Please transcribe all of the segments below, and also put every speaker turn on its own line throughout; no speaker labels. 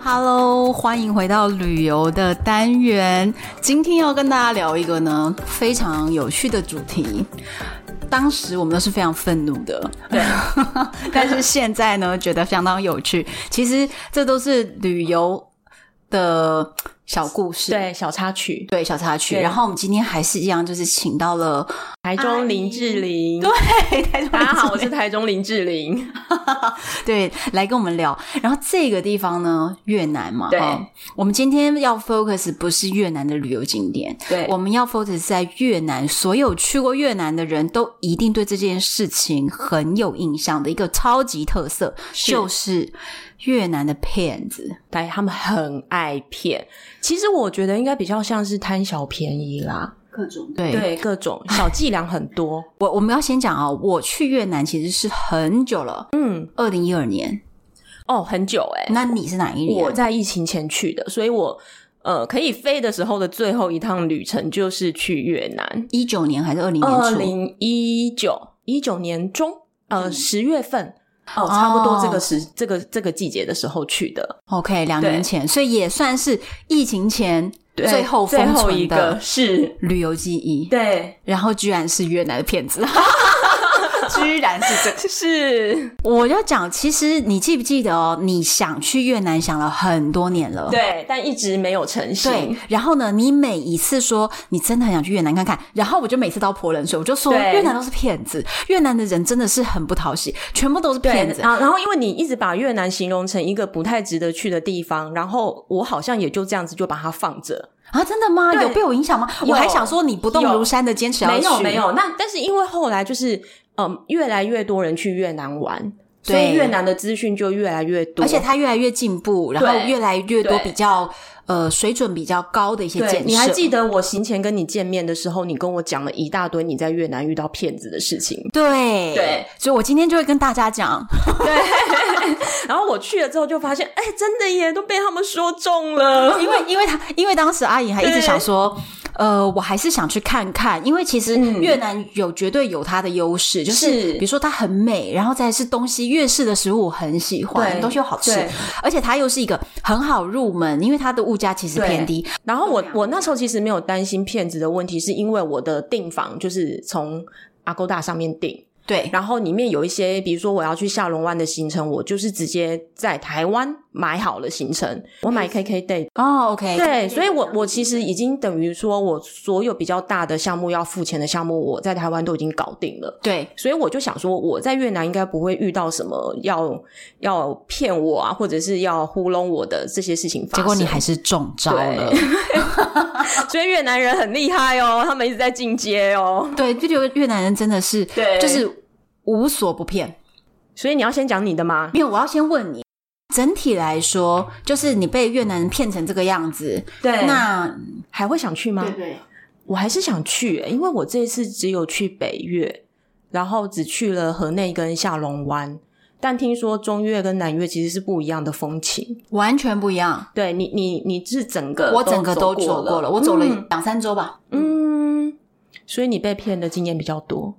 Hello，欢迎回到旅游的单元。今天要跟大家聊一个呢非常有趣的主题。当时我们都是非常愤怒 的，对。但是现在呢，觉得相当有趣。其实这都是旅游的小故事，
对小插曲，
对小插曲。
对
然后我们今天还是一样，就是请到了
台中林志 玲。
对台中
大家好，我是
林志
台中林志玲。
对来跟我们聊。然后这个地方呢，越南嘛，
对
哈我们今天要 focus 不是越南的旅游景点，
对
我们要 focus 在越南，所有去过越南的人都一定对这件事情很有印象的一个超级特色，
是
就是越南的骗子。
对，他们很爱骗。其实我觉得应该比较像是贪小便宜啦，
对，
对，各种小伎俩很 多。
我我们要先讲啊、我去越南其实是很久了，
嗯，
二零一二年。
哦，很久哎、
那你是哪一年？
我在疫情前去的，所以我呃可以飞的时候的最后一趟旅程就是去越南，
一九年还是二零年
二
初？
零一九一九年中，呃十、月份。哦，
哦
差不多这个时、这个这个季节的时候去的，
OK，两年
对
前，所以也算是疫情前
对
最后
最
封
后一
存
个
的
是，
旅游记忆。
对，
然后居然是越南的骗 子，居然是这个。
是，
我要讲，其实你记不记得哦？你想去越南想了很多年了，
对，但一直没有成
对
型。。
然后呢，你每一次说你真的很想去越南看看，然后我就每次都要泼冷水，我就说
对
越南都是骗子，越南的人真的是很不讨喜，全部都是骗子。
然后然后因为你一直把越南形容成一个不太值得去的地方，然后我好像也就这样子就把它放着。
啊，真的吗？
对
有被我影响吗？
有
我还想说你不动
有
如山的坚持要
没有
去
没有，那但是因为后来就是嗯，越来越多人去越南玩，所以
对
越南的资讯就越来越多，
而且它越来越进步，然后
对
越来越多
对
比较呃水准比较高的一些
对，
建设。
你还记得我行前跟你见面的时候，你跟我讲了一大堆你在越南遇到骗子的事情。
对
对，
所以我今天就会跟大家 讲，
然后我去了之后就发现，哎、真的耶，都被他们说中了。
因为因为他因为当时阿姨还一直
对
想说。呃，我还是想去看看，因为其实
嗯
越南有绝对有它的优势，就是
是
比如说它很美，然后再是东西粤式的食物我很喜欢，
对
东西又好吃
对，
而且它又是一个很好入门，因为它的物价其实
对
偏低。
然后我
啊
我那时候其实没有担心骗子的问题，是因为我的订房就是从阿勾大上面订，
对，
然后里面有一些，比如说我要去下龙湾的行程，我就是直接在台湾买好了行程，我买 KK Day。
哦，OK，
对，所以我我其实已经等于说，我所有比较大的项目要付钱的项目，我在台湾都已经搞定了。
对，
所以我就想说，我在越南应该不会遇到什么要要骗我啊，或者是要糊弄我的这些事情发
结
生。
果你还是中招了。
所以越南人很厉害哦，他们一直在进阶哦。
对，就觉得越南人真的是，
对
就是无所不骗。
所以你要先讲你的吗？
没有，我要先问你，整体来说，就是你被越南人骗成这个样子，
对那
那
还会想去吗？
对，
我还是想去、欸，因为我这一次只有去北越，然后只去了河内跟下龙湾。但听说中越跟南越其实是不一样的风情。
完全不一样。
对你，你你是整个
我整个都
走
走过了，我走了
嗯
两三周吧。
嗯，所以你被骗的经验比较多，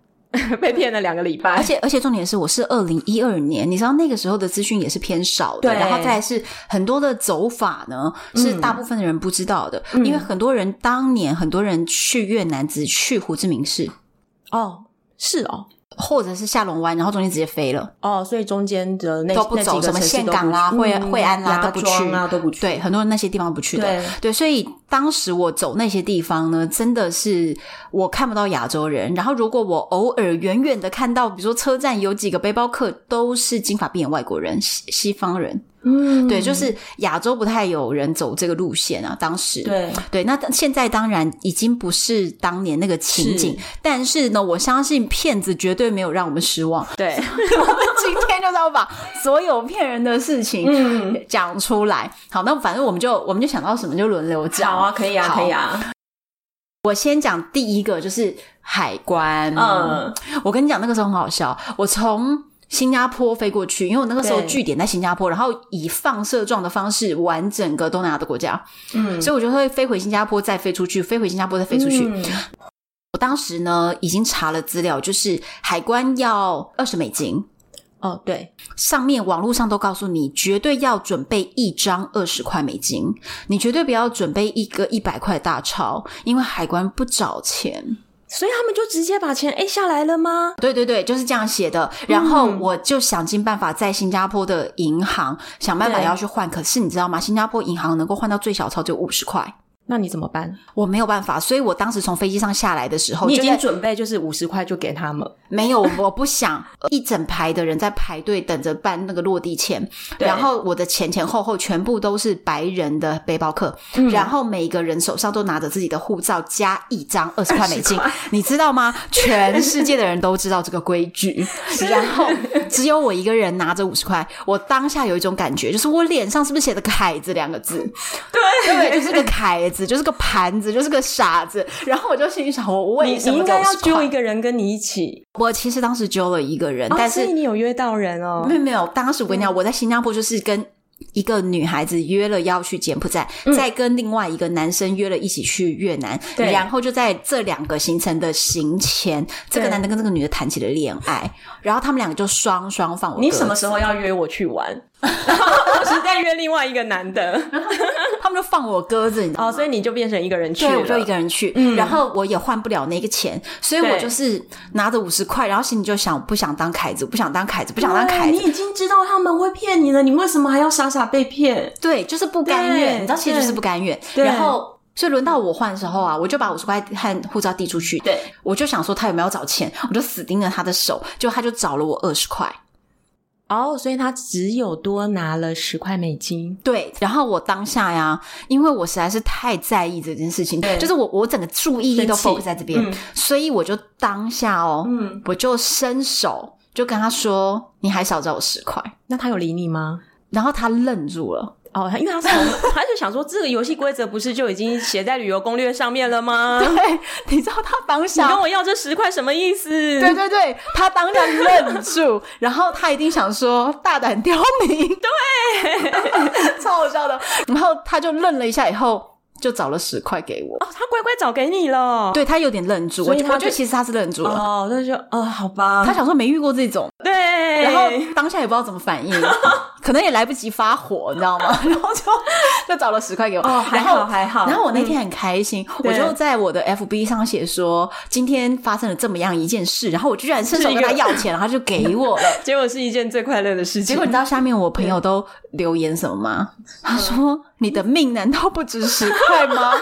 被骗了两个礼拜，
而且而且重点是，我是二零一二年，你知道那个时候的资讯也是偏少的，
对嗯
然后再来是很多的走法呢是大部分的人不知道的，因为很多人当年很多人去越南只去胡志明市
哦，是哦，
或者是下龙湾，然后中间直接飞了。
哦，所以中间的那
都不
那几
走
个
什么
城市
岘
都
港
不
啦
去
惠
嗯
惠安啦
芽
都不
庄
去
啊都不去，
对，很多人那些地方不去的。
对
所以当时我走那些地方呢，真的是我看不到亚洲人。然后如果我偶尔远远的看到，比如说车站有几个背包客都是金发碧眼外国人、西西方人，
嗯，
对，就是亚洲不太有人走这个路线啊。当时
对
对，那现在当然已经不是当年那个情景
是，
但是呢，我相信骗子绝对没有让我们失望。
对，
今天就是要把所有骗人的事情
嗯，
讲出来。好，那反正我们就我们就想到什么就轮流讲。
好啊，可以啊，
好
可以啊，
我先讲第一个，就是海关。
嗯，
我跟你讲，那个时候很好笑。我从新加坡飞过去，因为我那个时候
对
据点在新加坡，然后以放射状的方式玩整个东南亚的国家，
嗯
所以我就会飞回新加坡，再飞出去，飞回新加坡，再飞出去。
嗯
我当时呢已经查了资料，就是海关要二十美金，
哦，对，
上面网络上都告诉你，绝对要准备一张二十块美金，你绝对不要准备一个一百块大钞，因为海关不找钱。
所以他们就直接把钱 A 下来了吗？
对对对，就是这样写的。然后
嗯
我就想尽办法在新加坡的银行想办法
对
要去换，可是你知道吗？新加坡银行能够换到最小钞就五十块。
那你怎么办？
我没有办法，所以我当时从飞机上下来的时候，
你已
就
经
在
准备就是五十块就给他们，
没有，我我不想一整排的人在排队等着办那个落地签，
对
然后我的前前后后全部都是白人的背包客，
嗯
然后每一个人手上都拿着自己的护照加一张二十块美金，你知道吗？全世界的人都知道这个规 矩，然后只有我一个人拿着五十块，我当下有一种感觉，就是我脸上是不是写的“凯子”两个字？ 对，对，就是个凯子，就是个盘子，就是个傻子。然后我就心里想，我
你
为什
你
么
应该
这
要
50块
揪一个人跟你一起，
我其实当时揪了一个人，
哦
但
所
是
以你有约到人哦
没。有没有，当时我跟你讲，我在新加坡就是跟。一个女孩子约了要去柬埔寨，再跟另外一个男生约了一起去越南，
嗯对
然后就在这两个行程的行前，这个
对
男的跟这个女的谈起了恋爱，然后他们两个就双双放我鸽子。
你什么时候要约我 去玩？然后同时再约另外一个男的，
他们就放我鸽子，你知道吗？
哦，所以你就变成一个人去
对，
了，
我就一个人去，
嗯
然后我也换不了那个钱，所以我
对
就是拿着五十块，然后心里就想，不想当凯子，不想当凯子，不想当
对啊
凯子，
你已经知道他们会骗你了，你为什么还要傻傻被骗？
对，就是不甘愿，
对
你知道，其实就是不甘愿。
对
然后，所以轮到我换的时候啊，我就把五十块和护照递出去，
对，
我就想说他有没有找钱，我就死盯着他的手，就他就找了我二十块。
哦，所以他只有多拿了十块美金。
对，然后我当下呀，因为我实在是太在意这件事情，
对
就是我我整个注意力都
生气
focus 在这边，
嗯
所以我就当下哦，
嗯，
我就伸手就跟他说：“你还少找我十块。
那他有理你吗？”
然后他愣住了，
哦，他因为他是从 他就想说，这个游戏规则不是就已经写在旅游攻略上面了吗？你
对， 你知道他当下哦
跟我要这十块什么意思？
对对对，他当下愣住，然后他一定想说大胆刁民，对， 超好笑的。然后他就愣了一下，以后就找了十块给我。
哦，他乖乖找给你了。
对他有点愣住，我
所以
觉
他
我觉得
就
其实他是愣住了，
哦，那就哦，好吧。
他想说没遇过这种，
对，
然后当下也不知道怎么反 应，可能也来不及发火，你知道吗？ 然后就就找了十块给我，
哦还
然后
好还好嗯
然后我那天很开心，我
对
就在我的 FB 上写说今天发生了这么样一件事，然后我居然伸手
是一
跟
个
他要钱，然后他就给我了。
结果是一件最快乐的事
结
情。
果你知道下面我朋友都留言什么吗？他说：“你的命难道不值十块 吗？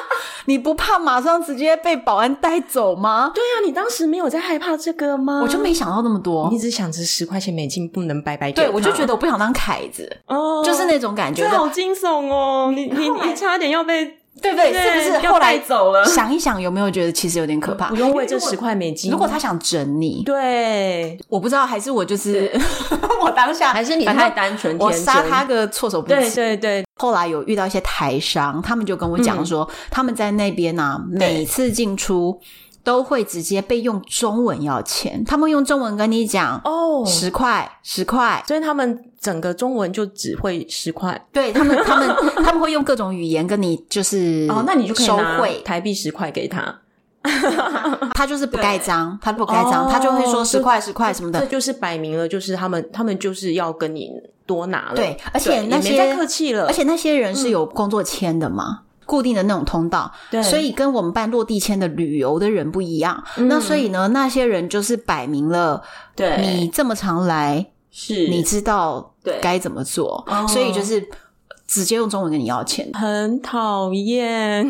你不怕马上直接被保安带走吗
对啊，你当时没有在害怕这个吗？
我就没想到那么多
嗯你。只想着十块钱美金不能白白给
对，我就
他
觉得我不想当凯子，
哦，
就是那种感觉
这
的。
好惊悚哦！你你你差点要被
对对，是不是？
要
后来
带走了？
想一想，有没有觉得其实有点可怕
不？用为这十块美金，
如果他想整你，
对，
我不知道，还是我就是 我当下
还是你
反正
太单纯
我
天
杀
真
他个措手不
对
及。
对对，
后来有遇到一些台商，他们就跟我
嗯
讲说，他们在那边啊，每次进出都会直接被用中文要钱，他们用中文跟你讲
哦
十块十块，
所以他们整个中文就只会十块。
对 他们他们他们会用各种语言跟你就是
哦，那你就可以
收
拿
贿，
台币十块给他，
他就是不盖章，他不盖章，
哦
他就会说
这
十块十块什么
这
的。
就是摆明了，就是他们他们就是要跟你多拿了。
对而且
对
那
也
些
没再客气了，
而且那些人是有工作签的嘛，固定的那种通道，
对
所以跟我们办落地签的旅游的人不一样。那所以呢，那些人就是摆明了，
嗯对
你这么常来，
是
你知道
对
该怎么做
哦，
所以就是直接用中文跟你要钱。
很讨厌。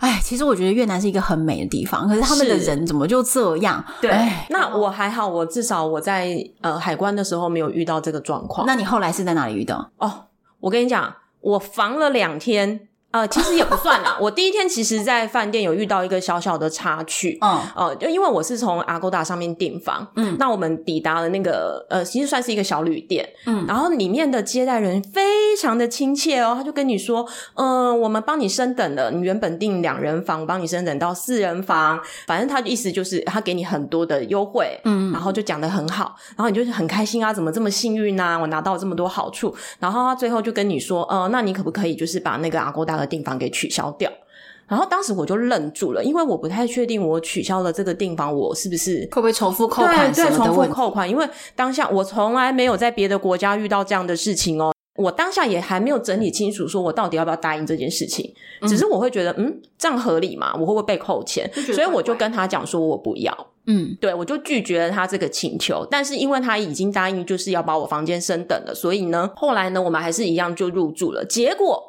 哎，其实我觉得越南是一个很美的地方，可是他们的
是
人怎么就这样？哎，
那我还好，我至少我在呃海关的时候没有遇到这个状况。
那你后来是在哪里遇到？
哦，我跟你讲，我防了两天，呃，其实也不算 啦。我第一天其实，在饭店有遇到一个小小的插曲，
嗯
呃，就因为我是从 Agoda 上面订房，
嗯
那我们抵达了那个呃，其实算是一个小旅店，
嗯
然后里面的接待人非常的亲切哦，他就跟你说，嗯、我们帮你升等了，你原本订两人房，我帮你升等到四人房，反正他的意思就是他给你很多的优惠，
嗯
然后就讲的很好，然后你就是很开心啊，怎么这么幸运啊，我拿到这么多好处，然后他最后就跟你说，呃，那你可不可以就是把那个阿勾达的订房给取消掉？然后当时我就愣住了，因为我不太确定我取消了这个订房，我是不是
会不会重复扣款
对
什
对
么的
重复
问题？
扣款？因为当下我从来没有在别的国家遇到这样的事情哦。我当下也还没有整理清楚，说我到底要不要答应这件事情。只是我会觉得，嗯，这样合理吗？我会不会被扣钱？
就觉得
所以我就
怪怪
跟他讲说，我不要。
嗯，
对，我就拒绝了他这个请求，但是因为他已经答应就是要把我房间升等了，所以呢，后来呢，我们还是一样就入住了。结果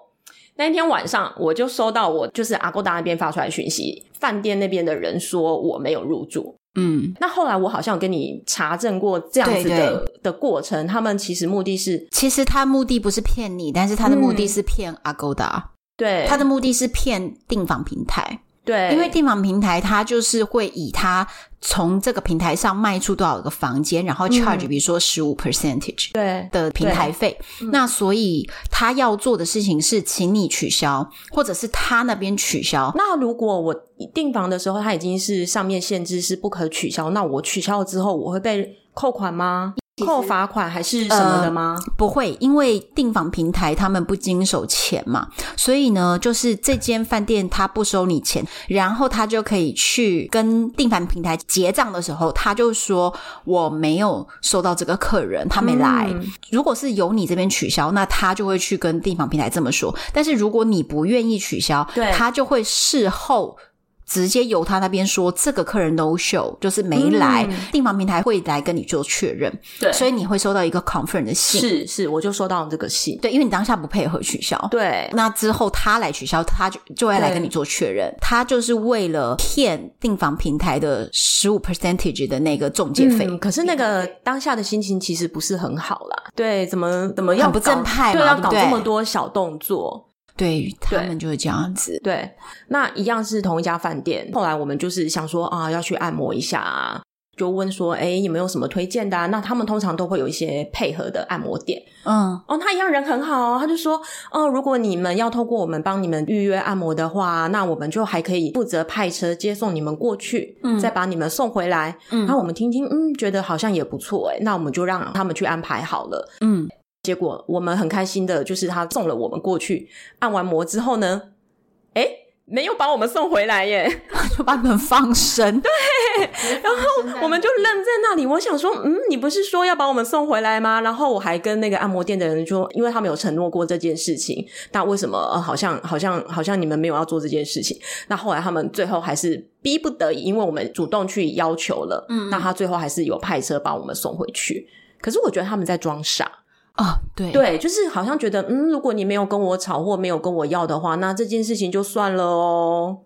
那一天晚上，我就收到我就是阿勾达那边发出来的讯息，饭店那边的人说我没有入住。
嗯，
那后来我好像有跟你查证过这样子的的过程，他们其实目的是
其实他目的不是骗你，但是他的目的
嗯
是骗 Agoda，、
对
他的目的是骗订房平台，
对，
因为订房平台它就是会以它从这个平台上卖出多少个房间，然后 charge
嗯
比如说十五 percentage
对嗯
的平台费，那所以他要做的事情是请你取消，或者是他那边取消。
那如果我订房的时候，它已经是上面限制是不可取消，那我取消了之后，我会被扣款吗？扣罚款还是什
呃
么的吗？
不会，因为订房平台他们不经手钱嘛，所以呢，就是这间饭店他不收你钱，然后他就可以去跟订房平台结账的时候，他就说我没有收到这个客人，他没来。
嗯
如果是由你这边取消，那他就会去跟订房平台这么说。但是如果你不愿意取消，
对
他就会事后。直接由他那边说这个客人 no show，就是没来，
嗯
订房平台会来跟你做确认，
对
所以你会收到一个 confirm 的信，
是是，我就收到这个信。
对，因为你当下不配合取消，
对，
那之后他来取消，他就就会来跟你做确认，他就是为了骗订房平台的十五 percentage 的那个中介费。
嗯，可是那个当下的心情其实不是很好啦。对，怎么怎么要
很不
搞
正派嘛
对，要
对不
搞
对
这么多小动作。
对他
对
们就是这样子，
对，那一样是同一家饭店。后来我们就是想说啊，要去按摩一下啊，就问说，哎，有没有什么推荐的、啊？那他们通常都会有一些配合的按摩店。
嗯，
哦，他一样人很好哦，他就说，哦，如果你们要透过我们帮你们预约按摩的话，那我们就还可以负责派车接送你们过去，
嗯
再把你们送回来。
嗯
然后我们听听，嗯，觉得好像也不错欸诶，那我们就让他们去安排好了。
嗯，
结果我们很开心的，就是他送了我们过去，按完摩之后呢，哎，没有把我们送回来耶。
就把你们放生，对，然后
我们就愣在那里。我想说，嗯，你不是说要把我们送回来吗？然后我还跟那个按摩店的人说，因为他们有承诺过这件事情，那为什么、呃好像好像好像你们没有要做这件事情？那后来他们最后还是逼不得已，因为我们主动去要求了，
嗯
那他最后还是有派车把我们送回去。可是我觉得他们在装傻，
哦，对，
对，就是好像觉得，嗯，如果你没有跟我吵或没有跟我要的话，那这件事情就算了哦。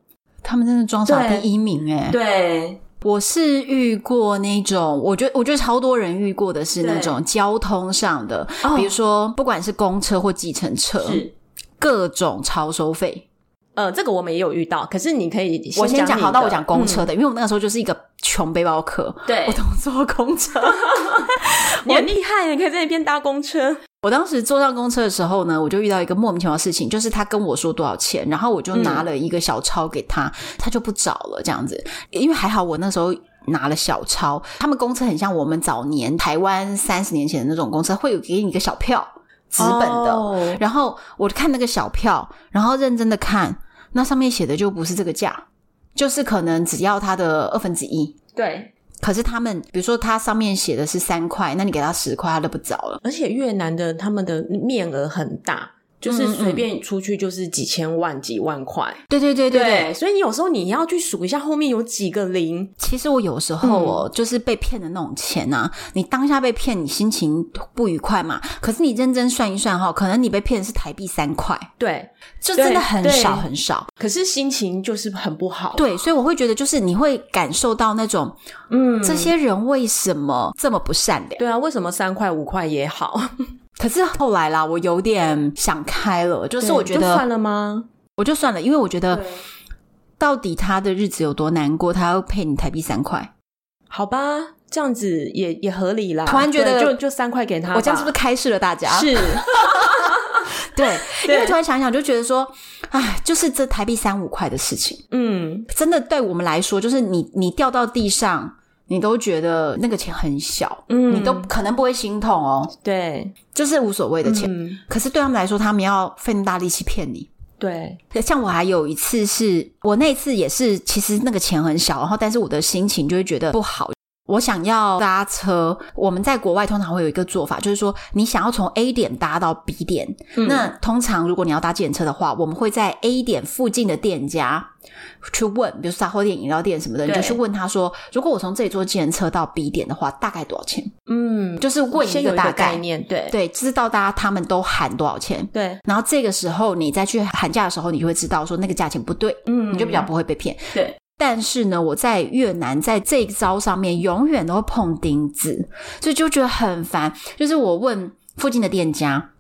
他们真的装傻
对
第一名哎、
对，
我是遇过那种，我觉得我觉得超多人遇过的是那
对
种交通上的，
哦
比如说不管是公车或计程车，
是。
各种超收费，
呃，这个我们也有遇到，可是你可以
我先讲
你
好，到我
的
讲公车
嗯
的，因为我那个时候就是一个穷背包客，
对
我总坐公车。
你很厉害，你可以在那边搭公车。
我当时坐上公车的时候呢，我就遇到一个莫名其妙的事情，就是他跟我说多少钱，然后我
嗯
就拿了一个小钞给他，他就不找了这样子。因为还好我那时候。拿了小钞，他们公车很像我们早年台湾三十年前的那种公车，会有给你一个小票，纸本的。
哦
然后我看那个小票，然后认真的看，那上面写的就不是这个价，就是可能只要它的二分之一。
对，
可是他们，比如说它上面写的是三块，那你给他十块，他都不找了。
而且越南的他们的面额很大，
嗯
就是随便出去就是几千万、几万块。
对对对对对。
所以你有时候你要去数一下后面有几个零。
其实我有时候哦，
嗯
就是被骗的那种钱啊，你当下被骗，你心情不愉快嘛。可是你认真算一算哈、可能你被骗的是台币三块，
对，
就真的
对
很
对
少很少。
可是心情就是很不好。，
对，所以我会觉得，就是你会感受到那种
嗯，
这些人为什么这么不善良？
对啊，为什么三块五块也好？
可是后来啦，我有点想开了，就是我觉呃
对就
得
算了吗？
我就算了，因为我觉得
对
到底他的日子有多难过，他要赔你台币三块，
好吧，这样子也也合理啦。
突然觉得
对就就三块给他吧，
我这样是不是开示了大家？
是
对，
对
因为突然想想就觉得说，哎，就是这台币三五块的事情，
嗯，
真的对我们来说，就是你你掉到地上，你都觉得那个钱很小，
嗯
你都可能不会心痛哦，
对，
就是无所谓的钱。
嗯，
可是对他们来说，他们要费那么大力气骗你。
对，
像我还有一次是，我那一次也是，其实那个钱很小，然后但是我的心情就会觉得不好。我想要搭车，我们在国外通常会有一个做法，就是说你想要从 A 点搭到 B 点，
嗯
那通常如果你要搭计程车的话，我们会在 A 点附近的店家去问，比如说杂货店、饮料店什么的，你
对
就去问他说，如果我从这里坐计程车到 B 点的话，大概多少钱？
嗯，
就是问
先
一
有
个
一
大
个
概，
概念，对
对，知道大家他们都喊多少钱。
对，
然后这个时候你再去喊价的时候，你就会知道说那个价钱不对，
嗯
你就比较不会被骗。
对，
但是呢，我在越南在这一招上面永远都会碰钉子，所以就觉得很烦。就是我问附近的店家，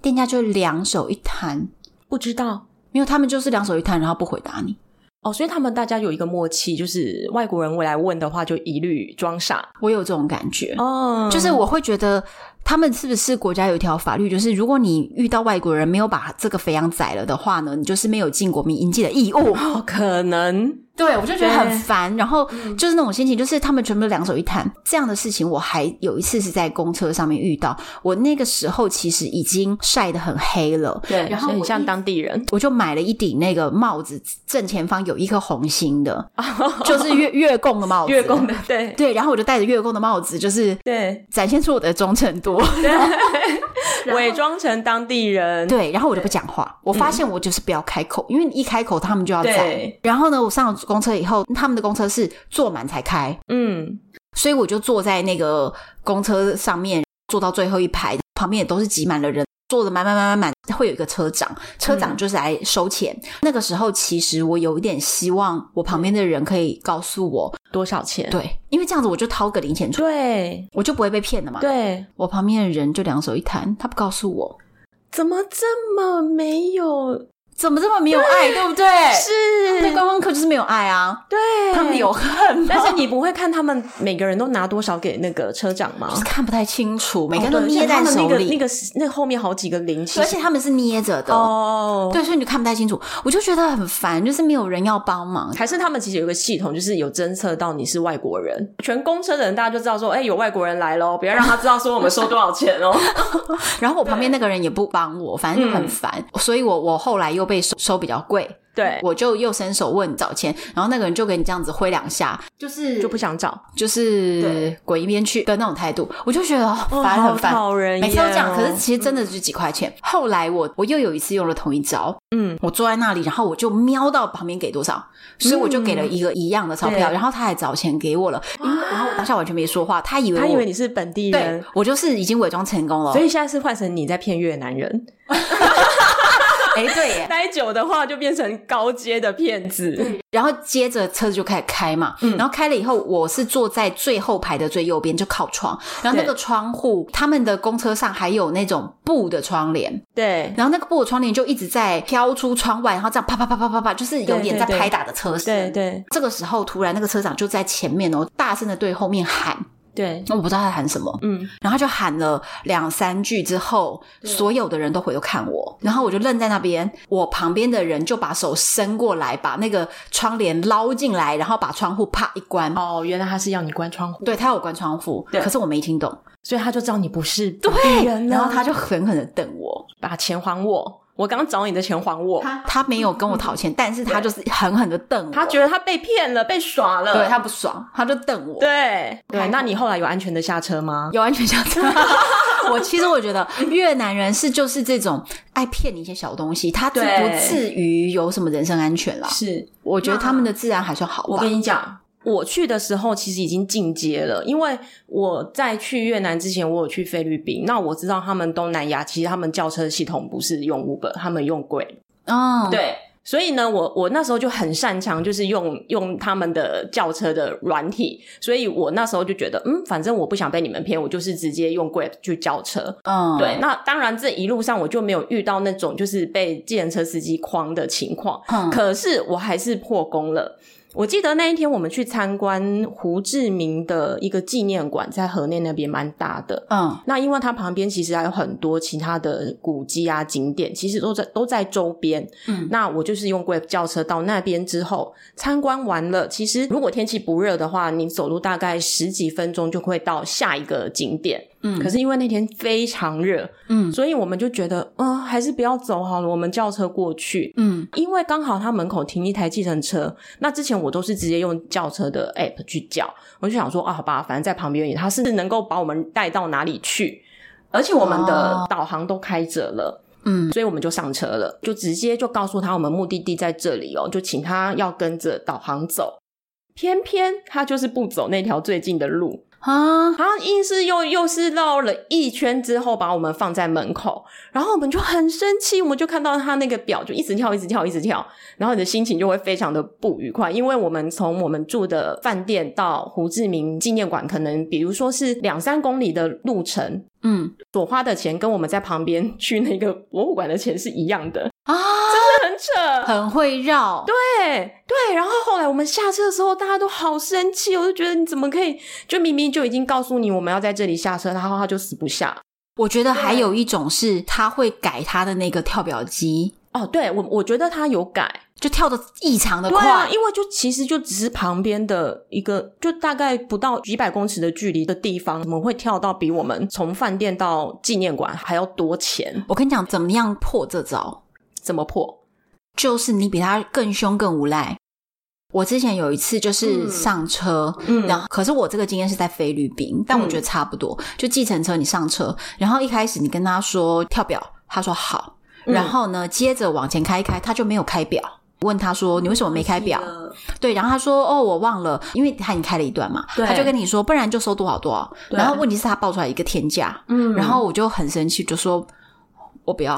店家就两手一摊，
不知道
没有，他们就是两手一摊，然后不回答你。
哦，所以他们大家有一个默契，就是外国人来问的话，就一律装傻
我有这种感觉，
哦
就是我会觉得他们是不是国家有一条法律，就是如果你遇到外国人没有把这个肥羊宰了的话呢，你就是没有尽国民应尽的义务。
哦，可能
对，我就觉得
对嗯
很烦，然后就是那种心情，就是他们全部两手一摊这样的事情。我还有一次是在公车上面遇到，我那个时候其实已经晒得很黑了，
对，
然后
所以
我
很像
一
当地人，
我就买了一顶那个帽子，正前方有一颗红心的，就是月月供的帽 子，
月供哦的， 对
对，然后我就戴着月供的帽子，就是
对
展现出我的忠诚 度。
对，伪装成当地人，
对，然后我就不讲话。我发现我就是不要开口，因为你一开口他们就要在
嗯对。
然后呢，我上了公车以后，他们的公车是坐满才开，
嗯，
所以我就坐在那个公车上面，坐到最后一排，旁边也都是挤满了人，坐的满满满满满，会有一个车长，车长就是来收钱。那个时候，其实我有一点希望，我旁边的人可以告诉我，
多少钱？
对，因为这样子我就掏个零钱出来，
对
我就不会被骗了嘛。，
对，
我旁边的人就两手一摊，他不告诉我，
怎么这么没有？
怎么这么没有爱，对不对？对
是，
观光客就是没有爱啊，
对，
他们有。恨 吗，
但是你不会看他们每个人都拿多少给那个车长吗？哦
就是看不太清楚， 每
每
个人都捏在手
那个
里，
那个那后面好几个零，其
而
实
且他们是捏着的。
哦，
对，所以你就看不太清楚，我就觉得很烦，就是没有人要帮 忙。
还是他们其实有一个系统，就是有侦测到你是外国人，全公车的人大家就知道说，哎、有外国人来喽，不要让他知道说我们收多少 钱哦。
然后我旁边那个人也不帮我，反正就很烦。
嗯
所以我我后来又被收收比较贵，
对，
我就又伸手问找钱，然后那个人就给你这样子挥两下，就是
就不想找，
就是
对
滚一边去的那种态度，我就觉得、哦、烦很烦。
好讨人厌、哦。
每次都这样，可是其实真的就几块钱。后来我我又有一次用了同一招，
嗯，
我坐在那里，然后我就瞄到旁边给多少，所以我就给了一个一样的钞票，
对啊
然后他还找钱给我了，然后我当下完全没说话，他以为
他
我
以为你是本地
对
人，
我就是已经伪装成功了。
所以现在是换成你在骗越南人，
哎，对 耶。
待久的话就变成高阶的骗子。
然后接着车子就开始开嘛，
嗯
然后开了以后，我是坐在最后排的最右边，就靠窗。然后那个窗户，他们的公车上还有那种布的窗帘，
对
然后那个布的窗帘就一直在飘出窗外，然后这样啪啪啪啪啪啪，就是有点在
对对对
拍打的车声。
对对
这个时候，突然那个车长就在前面哦，大声的对后面喊，
对，
我不知道他喊什么，
嗯，
然后他就喊了两三句之后，所有的人都回头看我，然后我就愣在那边，我旁边的人就把手伸过来，把那个窗帘捞进来，然后把窗户啪一关。
哦，原来他是要你关窗户，
对他有关窗户，
对
可是我没听懂。
所以他就知道你不是本地人了，
然后他就狠狠的瞪我，
把钱还我，我刚找你的钱还我。
他他没有跟我讨钱，但是他就是狠狠的瞪我。
他觉得他被骗了，被耍了。
对他不爽，他就瞪我。
对
开
对，
口
那你后来有安全的下车吗？
有安全下车。 我其实我觉得越南人是就是这种爱骗你一些小东西，他至
对
不至于有什么人身安全啦。
是
我觉得他们的治安还算好吧。
你讲，我去的时候其实已经进阶了，因为我在去越南之前，我有去菲律宾。那我知道他们东南亚其实他们叫车系统不是用 Uber，他们用 g
嗯，
对。所以呢，我我那时候就很擅长，就是用用他们的轿车的软体，所以我那时候就觉得，嗯，反正我不想被你们骗，我就是直接用 Grab 去叫车。
嗯，
对，，那当然这一路上我就没有遇到那种就是被计程车司机诓的情况，
嗯
可是我还是破功了。我记得那一天我们去参观胡志明的一个纪念馆，在河内那边蛮大的。
嗯
那因为它旁边其实还有很多其他的古迹啊、景点，其实都在都在周边。
嗯
那我就是用 Grab 轿车到那边之后，参观完了。其实如果天气不热的话，你走路大概十几分钟就会到下一个景点。
嗯
可是因为那天非常热，
嗯
所以我们就觉得，嗯、还是不要走好了，我们叫车过去。
嗯
因为刚好他门口停一台计程车，那之前我都是直接用轿车的 app 去叫，我就想说啊，好吧，反正在旁边而已，他是能够把我们带到哪里去，而且我们的导航都开着了。
哦嗯
所以我们就上车了，就直接就告诉他我们目的地在这里哦，就请他要跟着导航走。偏偏他就是不走那条最近的路，
啊，
然后硬是又又是绕了一圈之后，把我们放在门口，然后我们就很生气，我们就看到他那个表就一直跳，一直跳，一直跳，然后你的心情就会非常的不愉快，因为我们从我们住的饭店到胡志明纪念馆，可能比如说是两三公里的路程，
嗯
所花的钱跟我们在旁边去那个博物馆的钱是一样的，
啊，
很扯，
很会绕，对，
对对，然后后来我们下车的时候，大家都好生气，我就觉得你怎么可以？就明明就已经告诉你我们要在这里下车，然后他就死不下。
我觉得还
对
有一种是他会改他的那个跳表机，
哦，对我我觉得他有改，
就跳的异常的
对啊，
快，
因为就其实就只是旁边的一个，就大概不到几百公尺的距离的地方，怎么会跳到比我们从饭店到纪念馆还要多钱？
我跟你讲，怎么样破这招，
怎么破？
就是你比他更凶更无赖。我之前有一次就是
嗯
上车，
嗯
然后可是我这个经验是在菲律宾，但我觉得差不多。就计程车你上车，然后一开始你跟他说跳表，他说好，
嗯
然后呢接着往前开一开，他就没有开表。问他说你为什么没开表？
嗯
对，然后他说哦我忘了，因为他已经开了一段嘛，
对
他就跟你说不然就收多少多少。
对
然后问题是他报出来一个天价，
嗯
然后我就很生气，就说我不要，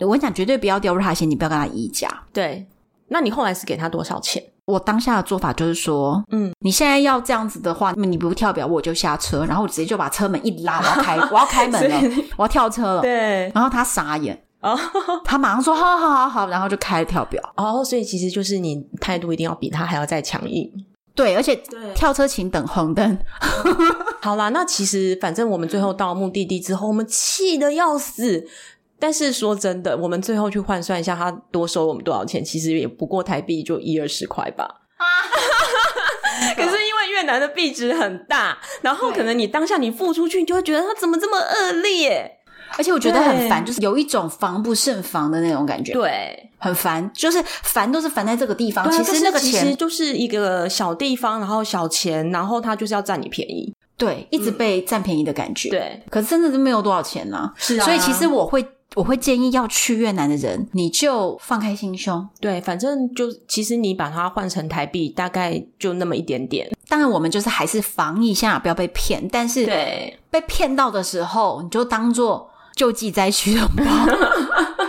我跟你讲绝对不要掉入他的陷阱，不要跟他议价。
对，那你后来是给他多少钱？
我当下的做法就是说，
嗯，
你现在要这样子的话，那么你不跳表，我就下车，然后我直接就把车门一拉，我要开，我要开门
所
了
以，
我要跳车了。
对，
然后他傻眼，
哦
他马上说好好好好，然后就开了跳表。
哦，所以其实就是你态度一定要比他还要再强硬。
对，而且
对
跳车请等红灯。
好啦，那其实反正我们最后到目的地之后，我们气得要死。但是说真的，我们最后去换算一下，他多收我们多少钱，其实也不过台币就一二十块吧。
啊
可是因为越南的币值很大，然后
对
可能你当下你付出去，你就会觉得他怎么这么恶劣？
而且我觉得很烦，
对
就是有一种防不胜防的那种感觉，，
对，
很烦，就是烦都是烦在这个地方。
对啊
其
但
实
是
那个
其实
钱，
就是一个小地方，然后小钱，然后他就是要占你便宜。
对，一直
嗯
被占便宜的感觉。，
对，
可是真的是没有多少钱呢、
是啊
所以其实我会我会建议要去越南的人，你就放开心胸。
对，反正就其实你把它换成台币，大概就那么一点点。
当然，我们就是还是防一下，不要被骗。但是
对，
被骗到的时候，你就当做救济灾区的包，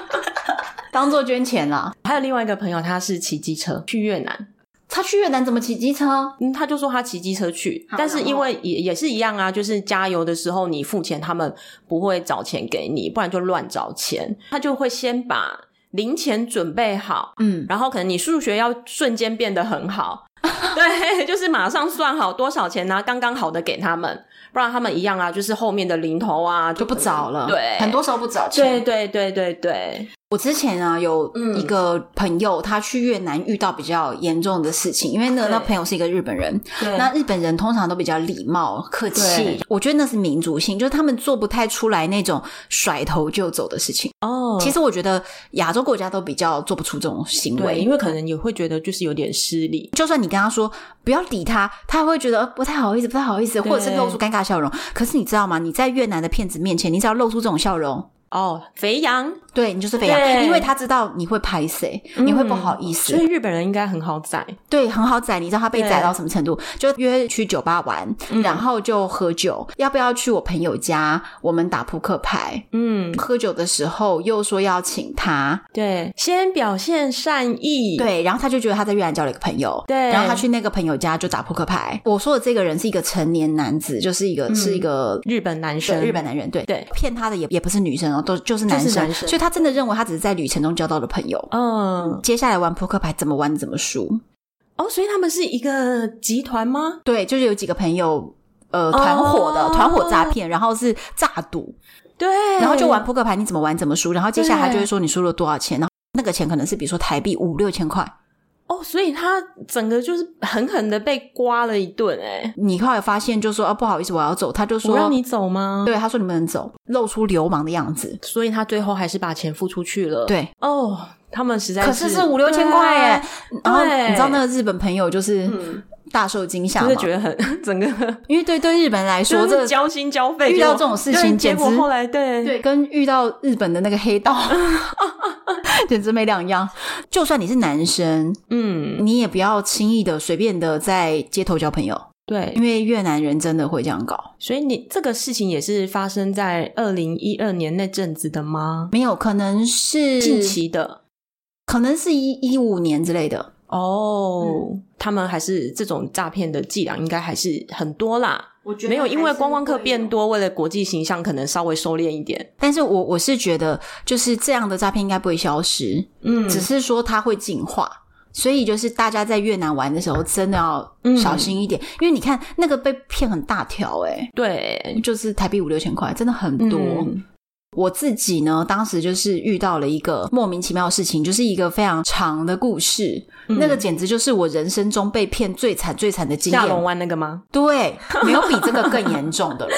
当做捐钱啦。
还有另外一个朋友，他是骑机车去越南，
他去越南怎么骑机车？
嗯，他就说他骑机车去
好，
但是
然后
因为也也是一样啊，就是加油的时候你付钱，他们不会找钱给你，不然就乱找钱，他就会先把零钱准备好，
嗯，
然后可能你数学要瞬间变得很 好，对，就是马上算好多少钱拿刚刚好的给他们，不然他们一样啊，就是后面的零头啊
就不
可能
找了。
对，
很多时候不找
对
钱。
对对对对，
我之前啊有
嗯
一个朋友，他去越南遇到比较严重的事情，因为呢，
对
那朋友是一个日本人，
对
那日本人通常都比较礼貌、客气
对，
我觉得那是民族性，就是他们做不太出来那种甩头就走的事情。
哦，
其实我觉得亚洲国家都比较做不出这种行
对，
为
因。为可能也会觉得就是有点失礼。
就算你跟他说不要理他，他还会觉得呃不太好意思，不太好意思，
对
或者是露出尴尬笑容。可是你知道吗？你在越南的骗子面前，你只要露出这种笑容，
哦，肥羊，
对你就是飞扬，
对嗯
因为他知道你会拍谁，你会不好意思
所，以日本人应该很好宰，
对，很好宰。你知道他被宰到什么程度？就约去酒吧玩，
嗯
然后就喝酒，要不要去我朋友家？我们打扑克牌。
嗯，
喝酒的时候又说要请他，
对，先表现善意，，
对，然后他就觉得他在越南交了一个朋友，
嗯对
然后他去那个朋友家就打扑克牌。我说的这个人是一个成年男子，就是一个、是一个
日本男
对
生，
日本男人，对
嗯对
骗他的也也不是女生哦，都就是男
就
生，
是男生
所以他真的认为他只是在旅程中交到的朋友。
嗯，
接下来玩扑克牌怎么玩怎么输，
哦，所以他们是一个集团吗？
对，就是有几个朋友。呃，团伙的
哦
团伙诈骗，然后是诈赌，
对，
然后就玩扑克牌，你怎么玩怎么输，然后接下来他
对
就会说你输了多少钱，然后那个钱可能是比如说台币五六千块，
哦，所以他整个就是狠狠的被刮了一顿、哎，
你后来发现就说啊不好意思我要走，他就说
我让你走吗？，
对，他说你不能走，露出流氓的样子。
所以他最后还是把钱付出去了。，
对，
哦，他们实在
可是是五六千块耶。然后
对啊
你知道那个日本朋友就是大受惊吓
对啊
嘛，
就是觉得很 整个
因为对对日本人来说，
就
这
是交心交肺，
遇到
结果
这种事情
对结果
简直
后来对
对跟遇到日本的那个黑道 简直没两样。就算你是男生，
嗯
你也不要轻易的随便的在街头交朋友，
对
因，为越南人真的会这样搞。
所以你这个事情也是发生在二零一二年那阵子的吗？
没有，可能是
近，期的
可能是一一五年之类的。
哦，他们还是这种诈骗的伎俩，应该还是很多啦。
我觉
没有，因为观光客变多，为了国际形象，可能稍微收敛一点。
但是我我是觉得，就是这样的诈骗应该不会消失，
嗯
只是说它会进化。所以就是大家在越南玩的时候，真的要
嗯
小心一点，因为你看那个被骗很大条、欸，
对，
就是台币五六千块，真的很多。
嗯
我自己呢，当时就是遇到了一个莫名其妙的事情，就是一个非常长的故事，
嗯
那个简直就是我人生中被骗最惨最惨的经
下龙
验。
湾那个吗？
对，没有比这个更严重的了。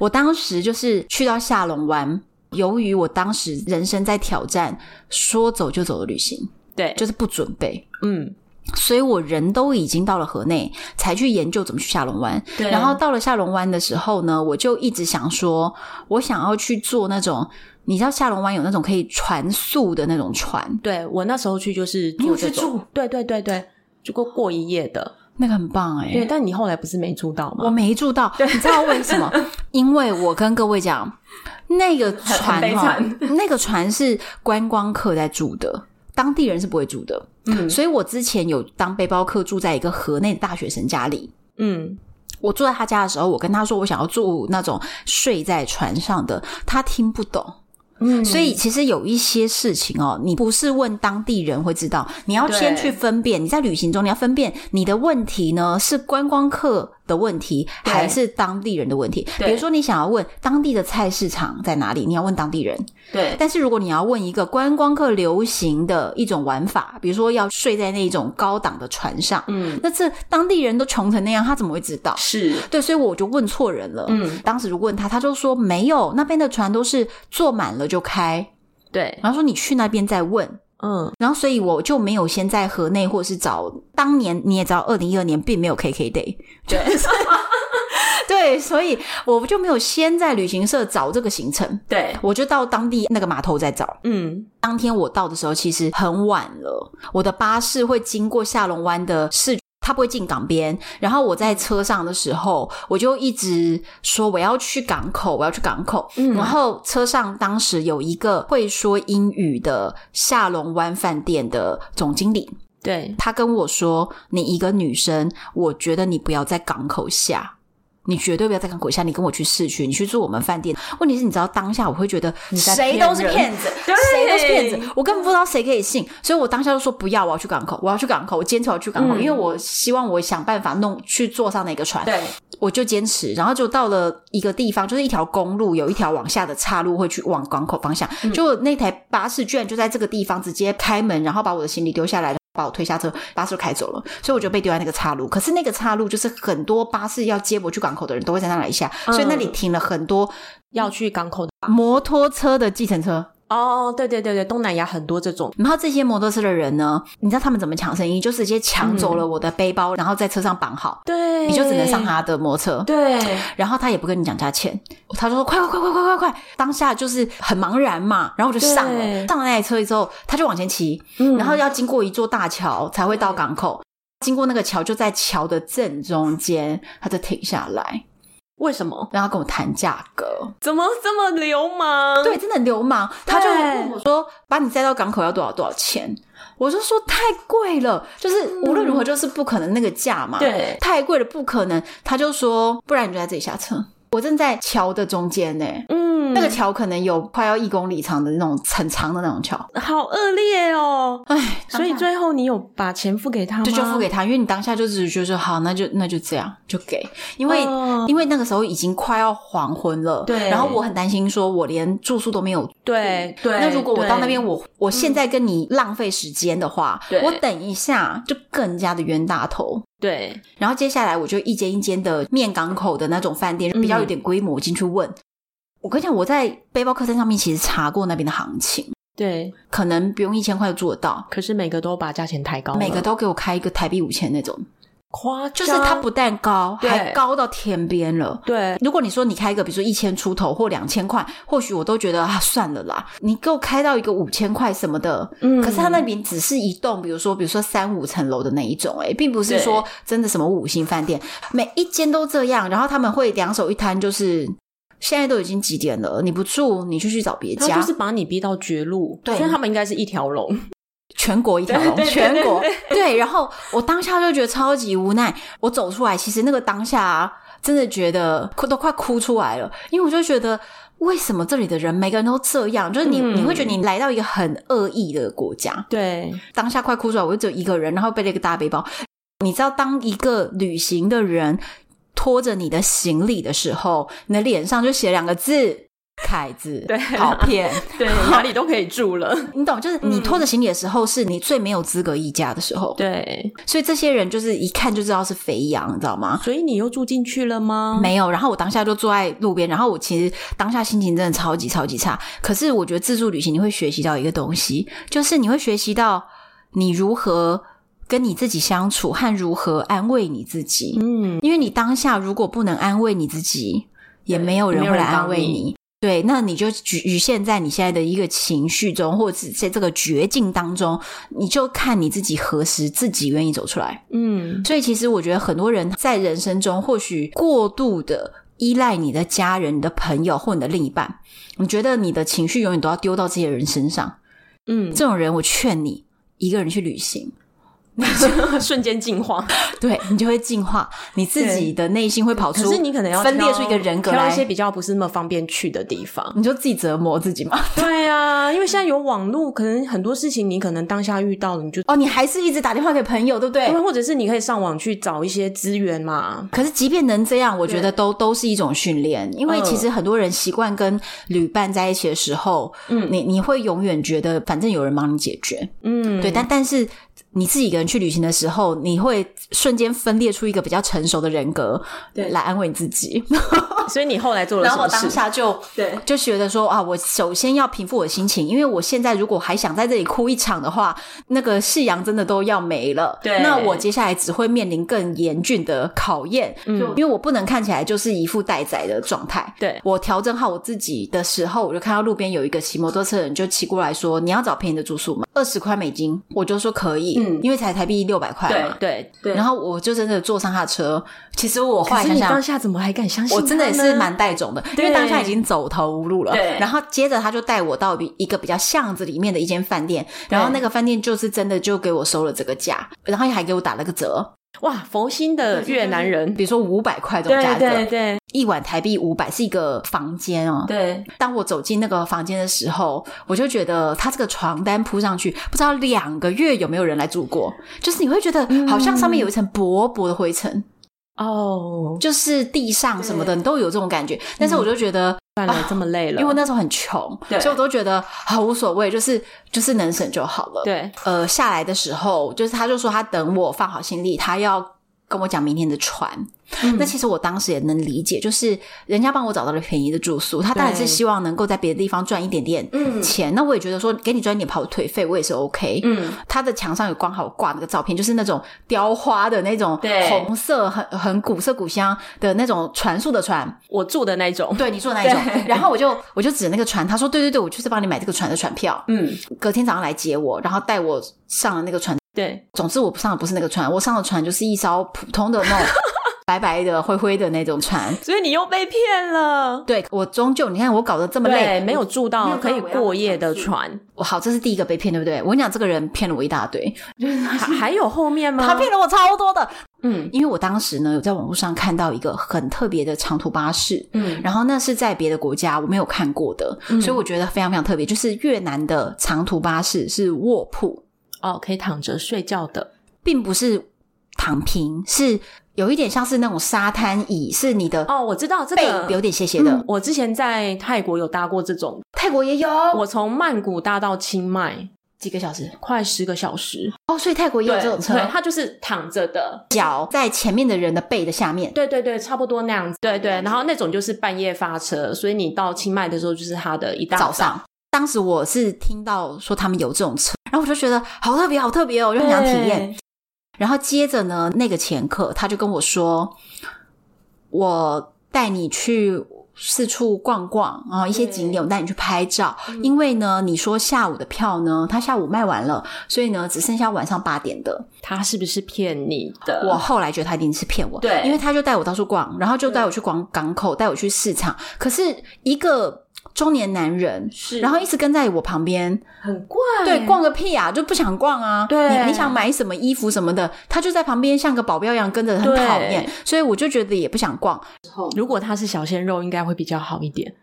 我当时就是去到下龙湾，由于我当时人生在挑战说走就走的旅行，
对，
就是不准备，
嗯，
所以我人都已经到了河内，才去研究怎么去下龙湾。
对
然后到了下龙湾的时候呢，我就一直想说，我想要去做那种，你知道下龙湾有那种可以船宿的那种船，
对我那时候去就是
你有
住这
去
种
哦住，
对对对对，就过过一夜的。
那个很棒哎、
对，但你后来不是没住到
我
吗？
没住到，你知道为什 么？因为我跟各位讲，那个
很
船
悲
哈
惨，
那个船是观光客在住的，当地人是不会住的。
嗯
所以我之前有当背包客住在一个河内的大学生家里。
嗯，
我住在他家的时候，我跟他说我想要住那种睡在船上的，他听不懂。
嗯
所以其实有一些事情哦，你不是问当地人会知道，你要先
对
去分辨。你在旅行中，你要分辨你的问题呢是观光客的问题
对
还是当地人的问题。
对
比如说，你想要问当地的菜市场在哪里，你要问当地人。
对
但是如果你要问一个观光客流行的一种玩法，比如说要睡在那种高档的船上，
嗯，
那这当地人都穷成那样，他怎么会知道？
是，
对，所以我就问错人了。
嗯，
当时就问他，他就说没有，那边的船都是坐满了就开。
对，
然后说你去那边再问。
嗯
然后，所以我就没有先在河内，或者是找当年你也知道，二零一二年并没有 KK Day，对， 对，所以我就没有先在旅行社找这个行程，
对，
我就到当地那个码头再找。
嗯
当天我到的时候其实很晚了，我的巴士会经过下龙湾的市。它不会进港边，然后我在车上的时候，我就一直说我要去港口，我要去港口。
嗯
然后车上当时有一个会说英语的下龙湾饭店的总经理，
对，
他跟我说：“你一个女生，我觉得你不要在港口下，你绝对不要在港口下，你跟我去市区，你去住我们饭店。”问题是，你知道当下我会觉得
你在
谁
骗
都是
人
骗子，
对
谁都是骗子，我根本不知道谁可以信，所以我当下就说不要，我要去港口，我要去港口，我坚持我要去港口，
嗯
因为我希望我想办法弄去坐上那个船。
对，
我就坚持，然后就到了一个地方，就是一条公路，有一条往下的岔路会去往港口方向。就那台巴士居然就在这个地方直接开门，然后把我的行李丢下来，把我推下车，巴士就开走了。所以我就被丢在那个岔路。可是那个岔路就是很多巴士要接我去港口的人都会在那里下，所以那里停了很多
要去港口的
摩托车的计程车。
哦哦，对对对对，东南亚很多这种，
然后这些摩托车的人呢，你知道他们怎么抢生意？就直接抢走了我的背包，然后在车上绑好，
对，
你就只能上。他的摩托车。
对，
然后他也不跟你讲价钱，他就说快快快快快快快！当下就是很茫然嘛，然后我就上了，
对
上了那台车之后，他就往前骑，
嗯
然后要经过一座大桥才会到港口。经过那个桥，就在桥的正中间，他就停下来，
为什么？
然后跟我谈价格。
怎么这么流氓？
对，真的很流氓。他就
对
问我说：“把你载到港口要多少多少钱？”我就说太贵了，就是无论如何就是不可能那个价嘛，
嗯对
太贵了不可能。他就说，不然你就在这里下车。我正在桥的中间呢、
嗯，
那个桥可能有快要一公里长的那种很长的那种桥，
好恶劣哦。
哎，
所以最后你有把钱付给他吗？
就就付给他，因为你当下就只是觉得说好，那就那就这样就给，因为、
哦
因为那个时候已经快要黄昏了，
对
然后我很担心说我连住宿都没有
对对。
那如果我到那
对嗯
边，我我现在跟你浪费时间的话，
对
我等一下就更加的冤大头。
对
然后接下来我就一间一间的面港口的那种饭店，
嗯
比较有点规模进去问。我跟你讲，我在背包客栈上面其实查过那边的行情，
对，
可能不用一千块就做得到，
可是每个都把价钱抬高了，
每个都给我开一个台币五千那种，
夸
就
张，
是它不但高，
对
还高到天边了。
对
如果你说你开一个，比如说一千出头或两千块，或许我都觉得啊算了啦。你给我开到一个五千块什么的，
嗯
可是他那边只是一栋，比如说比如说三五层楼的那一种、欸，并不是
对
说真的什么五星饭店，每一间都这样。然后他们会两手一摊，就是现在都已经几点了，你不住你就去找别
他
家，
就是把你逼到绝路，
对
所以他们应该是一 条龙。
全国一条龙，
对对对
全国
对
对。然后我当下就觉得超级无奈，我走出来，其实那个当下、啊、真的觉得哭都快哭出来了，因为我就觉得。为什么这里的人每个人都这样？就是你，
嗯
你会觉得你来到一个很恶意的国家，
对，
当下快哭出来。我就只有一个人，然后背了一个大背包。你知道，当一个旅行的人拖着你的行李的时候，你的脸上就写两个字“凯子”，
对
好 骗。
对，哪里都可以住了。
你懂，就是你
嗯
拖着行李的时候，是你最没有资格议价的时候。
对，
所以这些人就是一看就知道是肥羊，你知道吗？
所以你又住进去了吗？
没有，然后我当下就坐在路边，然后我其实当下心情真的超级超级差。可是我觉得自助旅行你会学习到一个东西，就是你会学习到你如何跟你自己相处和如何安慰你自己。
嗯，
因为你当下如果不能安慰你自己，也没有人
没有
会来
人帮
安慰
你
你。对，那你就局局限在你现在的一个情绪中，或者是在这个绝境当中，你就看你自己何时自己愿意走出来。
嗯，
所以，其实我觉得很多人在人生中，或许过度的依赖你的家人、你的朋友或你的另一半，你觉得你的情绪永远都要丢到这些人身上。
嗯，
这种人，我劝你一个人去旅行，
瞬间进化。
对你就会进化，你自己的内心会跑
可
出，
是你可能要
分裂
挑
出一个人格
挑
来
一，些比较不是那么方便去的地方。
你就自己折磨自己嘛。
对啊，因为现在有网络，可能很多事情你可能当下遇到了，你就。
哦，你还是一直打电话给朋友，对不对？
因为或者是你可以上网去找一些资源嘛，
可是，即便能这样，我觉得都都是一种训练，因为
嗯
其实很多人习惯跟旅伴在一起的时候，嗯，你你会永远觉得反正有人帮你解决，
嗯，
对，但但是你自己一个人去旅行的时候，你会瞬间分裂出一个比较成熟的人格，
对
来安慰你自己。
所以你后来做了
然
什
后我
么
当
事？
下就
对
就觉得说啊，我首先要平复我的心情，因为我现在如果还想在这里哭一场的话，那个夕阳真的都要没了。
对
那我接下来只会面临更严峻的考验，嗯，因为我不能看起来就是一副待宰的状态。
对
我调整好我自己的时候，我就看到路边有一个骑摩托车的人就骑过来说：“你要找便宜的住宿吗？二十块美金。”我就说可以，
嗯
因为才台币六百块嘛。
对对
然后我就真的坐上他的车。其实我后
可
来
是
想
你
想，
当下怎么还敢相信？
我真的也是蛮带种的，因为
对
当下已经走投无路了。
对
然后接着他就带我到一个比较巷子里面的一间饭店，
对
然后那个饭店就是真的就给我收了这个价，然后还给我打了个折，
哇，佛心的越南人，
比如说五百块这种价
对
格，
对对
一晚台币五百是一个房间哦。
对，
当我走进那个房间的时候，我就觉得他这个床单铺上去，不知道两个月有没有人来住过，就是你会觉得
嗯
好像上面有一层薄薄的灰尘，
哦，
就是地上什么的，你都有这种感觉。但
嗯
是我就觉得。
算了，这么累了，
啊因为我那时候很穷，
对
所以我都觉得好无所谓，就是就是能省就好了。，
对
呃，下来的时候，就是他就说他等我放好行李，他要跟我讲明天的船。
嗯
那其实我当时也能理解，就是人家帮我找到了便宜的住宿，他当然是
对嗯
希望能够在别的地方赚一点点钱。那我也觉得说，给你赚一点跑腿费，我也是 OK。嗯，他的墙上有刚好挂那个照片，就是那种雕花的那种
对
红色，很很古色古香的那种船速的船。
我住的那种，
对你做那一种
对，
然后我就我就指那个船，他说对对对，我就是帮你买这个船的船票，
嗯，
隔天早上来接我，然后带我上了那个船。
对，
总之我上的不是那个船，我上的船就是一艘普通的 那种白白的灰灰的那种船。
所以你又被骗了。
对我终究你看我搞得这么
对，
累，
没有住
没
到
有
可以
到我要
过夜的
住
船，
我好，这是第一个被骗，对不对？我跟你讲，这个人骗了我一大 堆，
还还有后面吗？
他骗了我超多的。
嗯
因为我当时呢有在网络上看到一个很特别的长途巴士，
嗯
然后那是在别的国家我没有看过的，所以我觉得非常非常特别。就是越南的长途巴士是卧铺，
哦，可以躺着睡觉的，
并不是躺平，是有一点像是那种沙滩椅，是你的
哦，我知道这
背
个
有点斜斜的。
嗯我之前在泰国有搭过这种，
泰国也有
我从曼谷搭到清迈，
哦几个小时
快十个小时。
哦，所以泰国也有这种车，
对，它就是躺着的，
脚在前面的人的背的下面。
对对对，差不多那样子。对对，然后那种就是半夜发车，所以你到清迈的时候就是它的一大
早上。当时我是听到说他们有这种车，然后我就觉得好特别，好特别哦，我就很想体验。
对。
然后接着呢，那个前客他就跟我说，我带你去四处逛逛啊，然后一些景点我带你去拍照，
嗯
因为呢，你说下午的票呢，他下午卖完了，所以呢，只剩下晚上八点的。
他是不是骗你的？
我后来觉得他一定是骗我，
嗯对
因为他就带我到处逛，然后就带我去广港口，带我去市场。可是一个中年男人，
是
然后一直跟在我旁边，
很怪，哦
对，逛个屁啊，就不想逛啊。
哎对
你你想买什么衣服什么的，他就在旁边像个保镖一样跟着，很讨厌
对。
所以我就觉得也不想逛，
如果他是小鲜肉，应该会比较好一点。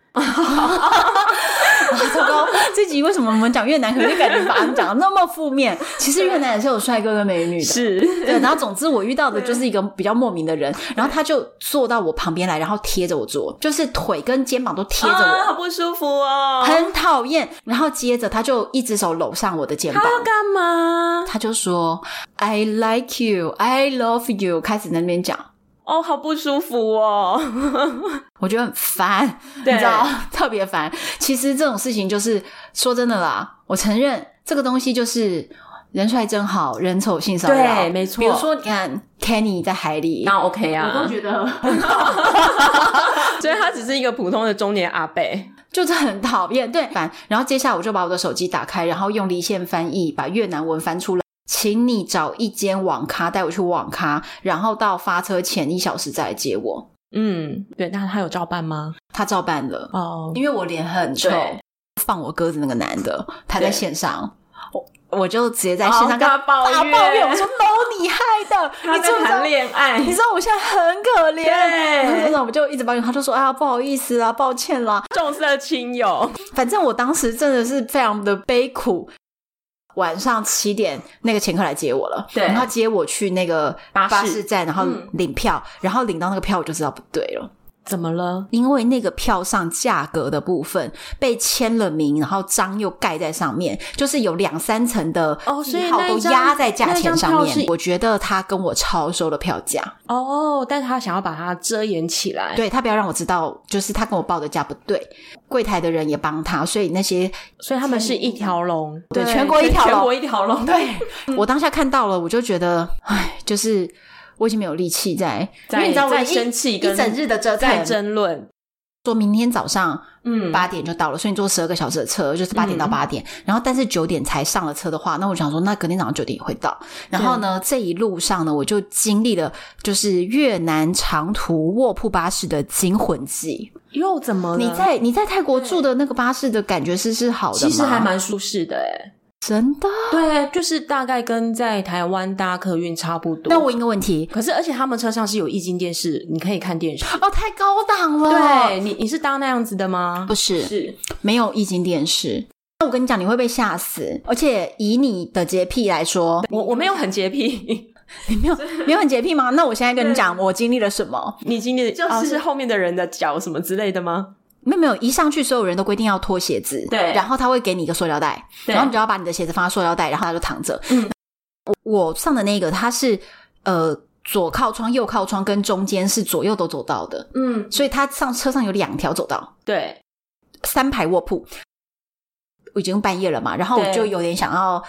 糟糕！这集为什么我们讲越南，可能就感觉把他们讲的那么负面？其实越南也是有帅哥跟美女的。
是，
对，然后总之我遇到的就是一个比较莫名的人，然后他就坐到我旁边来，然后贴着我坐，就是腿跟肩膀都贴着
啊，
我，
好不舒服哦。
很讨厌。然后接着他就一只手搂上我的肩膀
他，要干嘛？
他就说 “I like you, I love you”，开始在那边讲，
哦，好不舒服哦。
我觉得很烦，你
对
知道，特别烦。其实这种事情就是说真的啦，我承认这个东西就是人帅真好，人丑性骚扰，
对没错
比如说，你看 Kenny 在海里，
那 OK 啊，
觉得
所以他只是一个普通的中年阿伯。
就是很讨厌，对，烦。然后接下来我就把我的手机打开，然后用离线翻译把越南文翻出来。请你找一间网咖带我去网咖，然后到发车前一小时再来接我。
嗯，对，那他有照办吗？
他照办了，
哦，
因为我脸很臭
对，
放我鸽子那个男的，他在
对
线上，我我就直接在线上跟他
哦大抱
大
怨
抱怨，我说 no 你害的，你知不知道？
恋爱
你知道我现在很可怜，
对
然后那我们就一直抱怨，他就说：“哎呀，不好意思啦，抱歉啦。
重色轻友，”
反正我当时真的是非常的悲苦。晚上七点，那个前客来接我了，
对
然后接我去那个
巴士
站，然后
嗯
领票，然后领到那个票，我就知道不对了。
怎么了？
因为那个票上价格的部分被签了名，然后章又盖在上面，就是有两三层的
哦所以
记号
那
都
一张
压在价钱上
那一张
面
票。是
我觉得他跟我超收了票价，
哦，但他想要把它遮掩起来。
对他不要让我知道，就是他跟我报的价不对。柜台的人也帮他，所以那些
所以他们是一条龙，
对全国一条龙
全国一条龙，对，
我当下看到了，我就觉得，哎，就是我已经没有力气在，因
在
为你知道我
在
一
生气
一
跟
整日的折腾，
在争论，
说明天早上
嗯
八点就到了，所以你坐十二个小时的车，就是八点到八点。然后但是九点才上了车的话，那我想说，那隔天早上九点也会到。然后呢，这一路上呢，我就经历了就是越南长途卧铺巴士的惊魂记。
又怎么了？
你在你在泰国住的那个巴士的感觉是是好的吗
其实还蛮舒适的，
欸
哎，
真的。
对，就是大概跟在台湾搭客运差不多。
那我一个问题
可是而且他们车上是有液晶电视，你可以看电视。
哦，太高档了，
对，你，你是搭那样子的吗？
不是
是，
没有液晶电视。那我跟你讲，你会被吓死。而且以你的洁癖来说，
我我没有很洁癖，
你没有没有很洁癖吗？那我现在跟你讲，我经历了什么。
你今天就是、哦、是后面的人的脚什么之类的吗？
没有没有，一上去所有人都规定要脱鞋子，
对
然后他会给你一个塑料袋，
对
然后你就要把你的鞋子放在塑料袋，然后他就躺着。嗯，我我上的那个他是呃左靠窗、右靠窗跟中间是左右都走到的，
嗯，
所以他上车上有两条走道，
对，
三排卧铺。已经半夜了嘛，然后我
对
就有点想要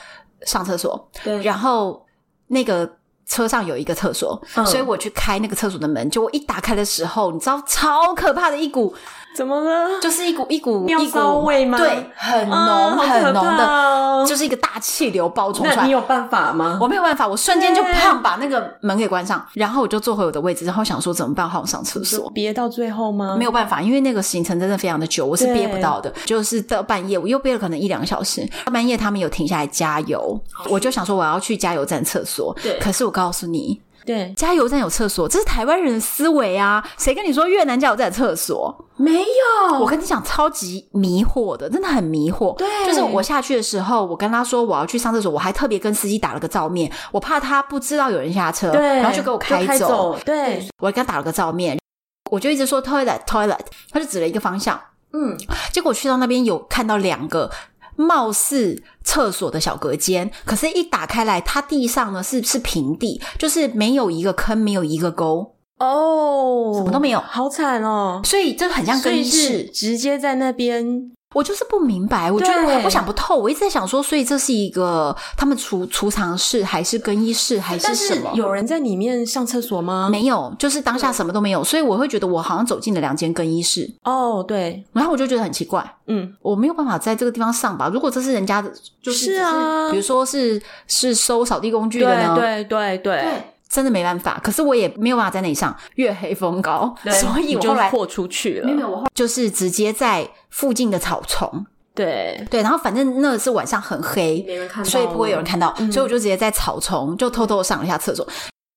上厕所，
对
然后那个车上有一个厕所，
嗯
所以我去开那个厕所的门，就我一打开的时候，你知道超可怕的一股，
怎么了？
就是一股一股
尿
一股
骚味吗
对，很浓、
啊好可
很浓的，
怕哦
就是一个大气流爆冲出
那
来
你。有办法吗？
我没有办法，我瞬间就
对
胖把那个门给关上，然后我就坐回我的位置，然后想说怎么办，好想上厕所。
憋到最后吗？
没有办法，因为那个行程真的非常的久，我是
对
憋不到的。就是到半夜，我又憋了可能一两个小时。到半夜他们有停下来加油，我就想说我要去加油站厕所。
对
可是我告诉你，
对，
加油站有厕所，这是台湾人的思维啊！谁跟你说越南加油站有厕所？
没有
我跟你讲，超级迷惑的，真的很迷惑。
哦对
就是我下去的时候，我跟他说我要去上厕所，我还特别跟司机打了个照面，我怕他不知道有人下车，
对，
然后就给我
开
开走
对，
我跟他打了个照面，我就一直说 toilet toilet，他就指了一个方向。
嗯，
结果我去到那边有看到两个貌似厕所的小隔间，可是，一打开来，它地上呢是是平地，就是没有一个坑，没有一个沟，
哦，
什么都没有
好惨哦。
所以这很像
所
更
以
衣
是
室。
直接在那边，
我就是不明白，我觉得
对
我想不透，我一直在想说，所以这是一个他们储储藏室还是更衣室还
但
什
是
么？
有人在里面上厕所吗？
没有，就是当下什么都没有，所以我会觉得我好像走进了两间更衣室，
哦，对，
然后我就觉得很奇怪。
嗯，
我没有办法在这个地方上吧？如果这是人家的，就是
是啊
只比如说是是收扫地工具的呢，
对对对
真的没办法。可是我也没有办法在那里上，月黑风高，
对，
所以
你
我
就
后来
豁出去了，
有，我后来就是直接在附近的草丛，
对，
对，然后反正那是晚上很黑，
没人看到
所以不会有人看到，
嗯
所以我就直接在草丛就偷偷地上了一下厕所。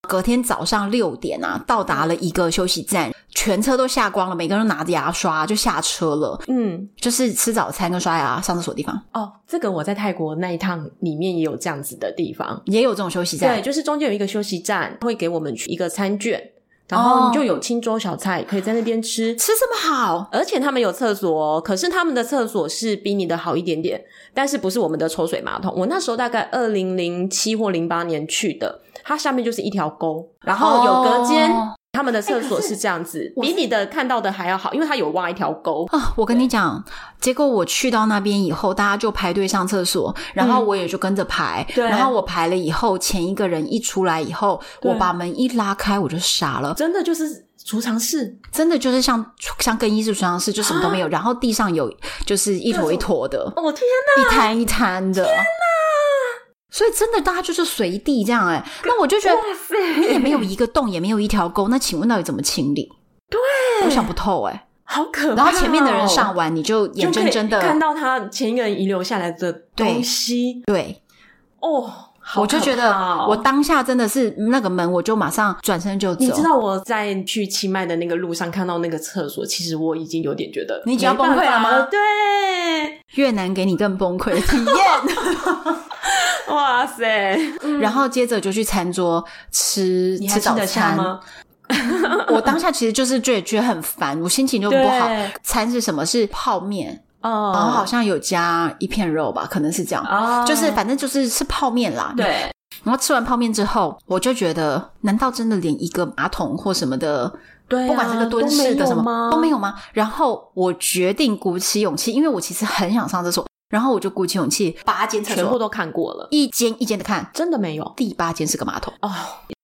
隔天早上六点啊，到达了一个休息站，全车都下光了，每个人都拿着牙刷就下车了，
嗯，
就是吃早餐跟刷牙、上厕所的地方
哦，这个我在泰国那一趟里面也有这样子的地方，
也有这种休息站
对，。就是中间有一个休息站，会给我们去一个餐券，然后
哦
你就有清粥小菜，可以在那边吃。
吃这么好，
而且他们有厕所哦，可是他们的厕所是比你的好一点点，但是不是我们的抽水马桶。我那时候大概二零零七或零八年去的，它下面就是一条沟，然后有隔间。
哦
他们的厕所哎是这样子，
我
比你的看到的还要好，因为它有挖一条沟。
啊！我跟你讲，结果我去到那边以后，大家就排队上厕所，然后
嗯
我也就跟着排。
对
然后我排了以后，前一个人一出来以后，
对
我把门一拉开，我就傻了，
真的就是储藏室，
真的就是像像更衣室、储藏室，就什么都没
啊
有，然后地上有就是一坨一坨的，
我、 哦天
一滩一滩的。天所以真的，大家就是随地这样哎、那我就觉得
哇塞
你也没有一个洞，也没有一条沟，那请问到底怎么清理？对，我想不透哎、
哪， 好 可怕、哦
然后前面的人上。完，你就眼睁睁的
就可以看到他前一个人遗留下来的东西
对，
哦，好
我就觉得
可怕哦
我当下真的是那个门，我就马上转身就走。
你知道我在去清迈的那个路上看到那个厕所，其实我已经有点觉得
你已经要
没办法
崩溃了吗
对，
越南给你更崩溃的体
嗯
验，
哇塞，
然后接着就去餐桌吃
你还
吃
吃哦
早
得下
餐。
吗？
我当下其实就是觉得觉得很烦，我心情就不好
对。
餐是什么？是泡面，
哦，
然后好像有加一片肉吧，可能是这样。
啊
就是反正就是是泡面啦，
对，
然后吃完泡面之后，我就觉得，难道真的连一个马桶或什么的，
对啊
不管是个蹲式的什
都没有
么
吗
哎都没有吗？然后我决定鼓起勇气，因为我其实很想上厕所，然后我就鼓起勇气，八间厕
全部
所
都看过了，
一间一间的看，
真的没有
第八间是个马桶。
哦，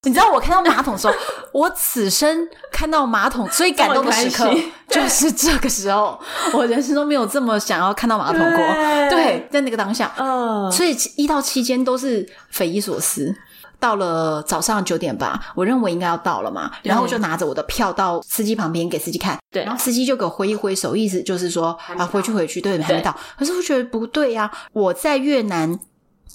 你知道我看到马桶的 时候，我此生看到马桶最感动的时刻
这么开心，
就是这个时候，我人生中没有这么想要看到马桶过。
对
对，在那个当下，
嗯，
所以一到七间都是匪夷所思。到了早上九点吧，我认为应该要到了嘛，
对
然后我就拿着我的票到司机旁边给司机看，
对
然后司机就给我挥一挥手，意思就是说啊，回去回去，对，还没到。可是我觉得不对呀、我在越南。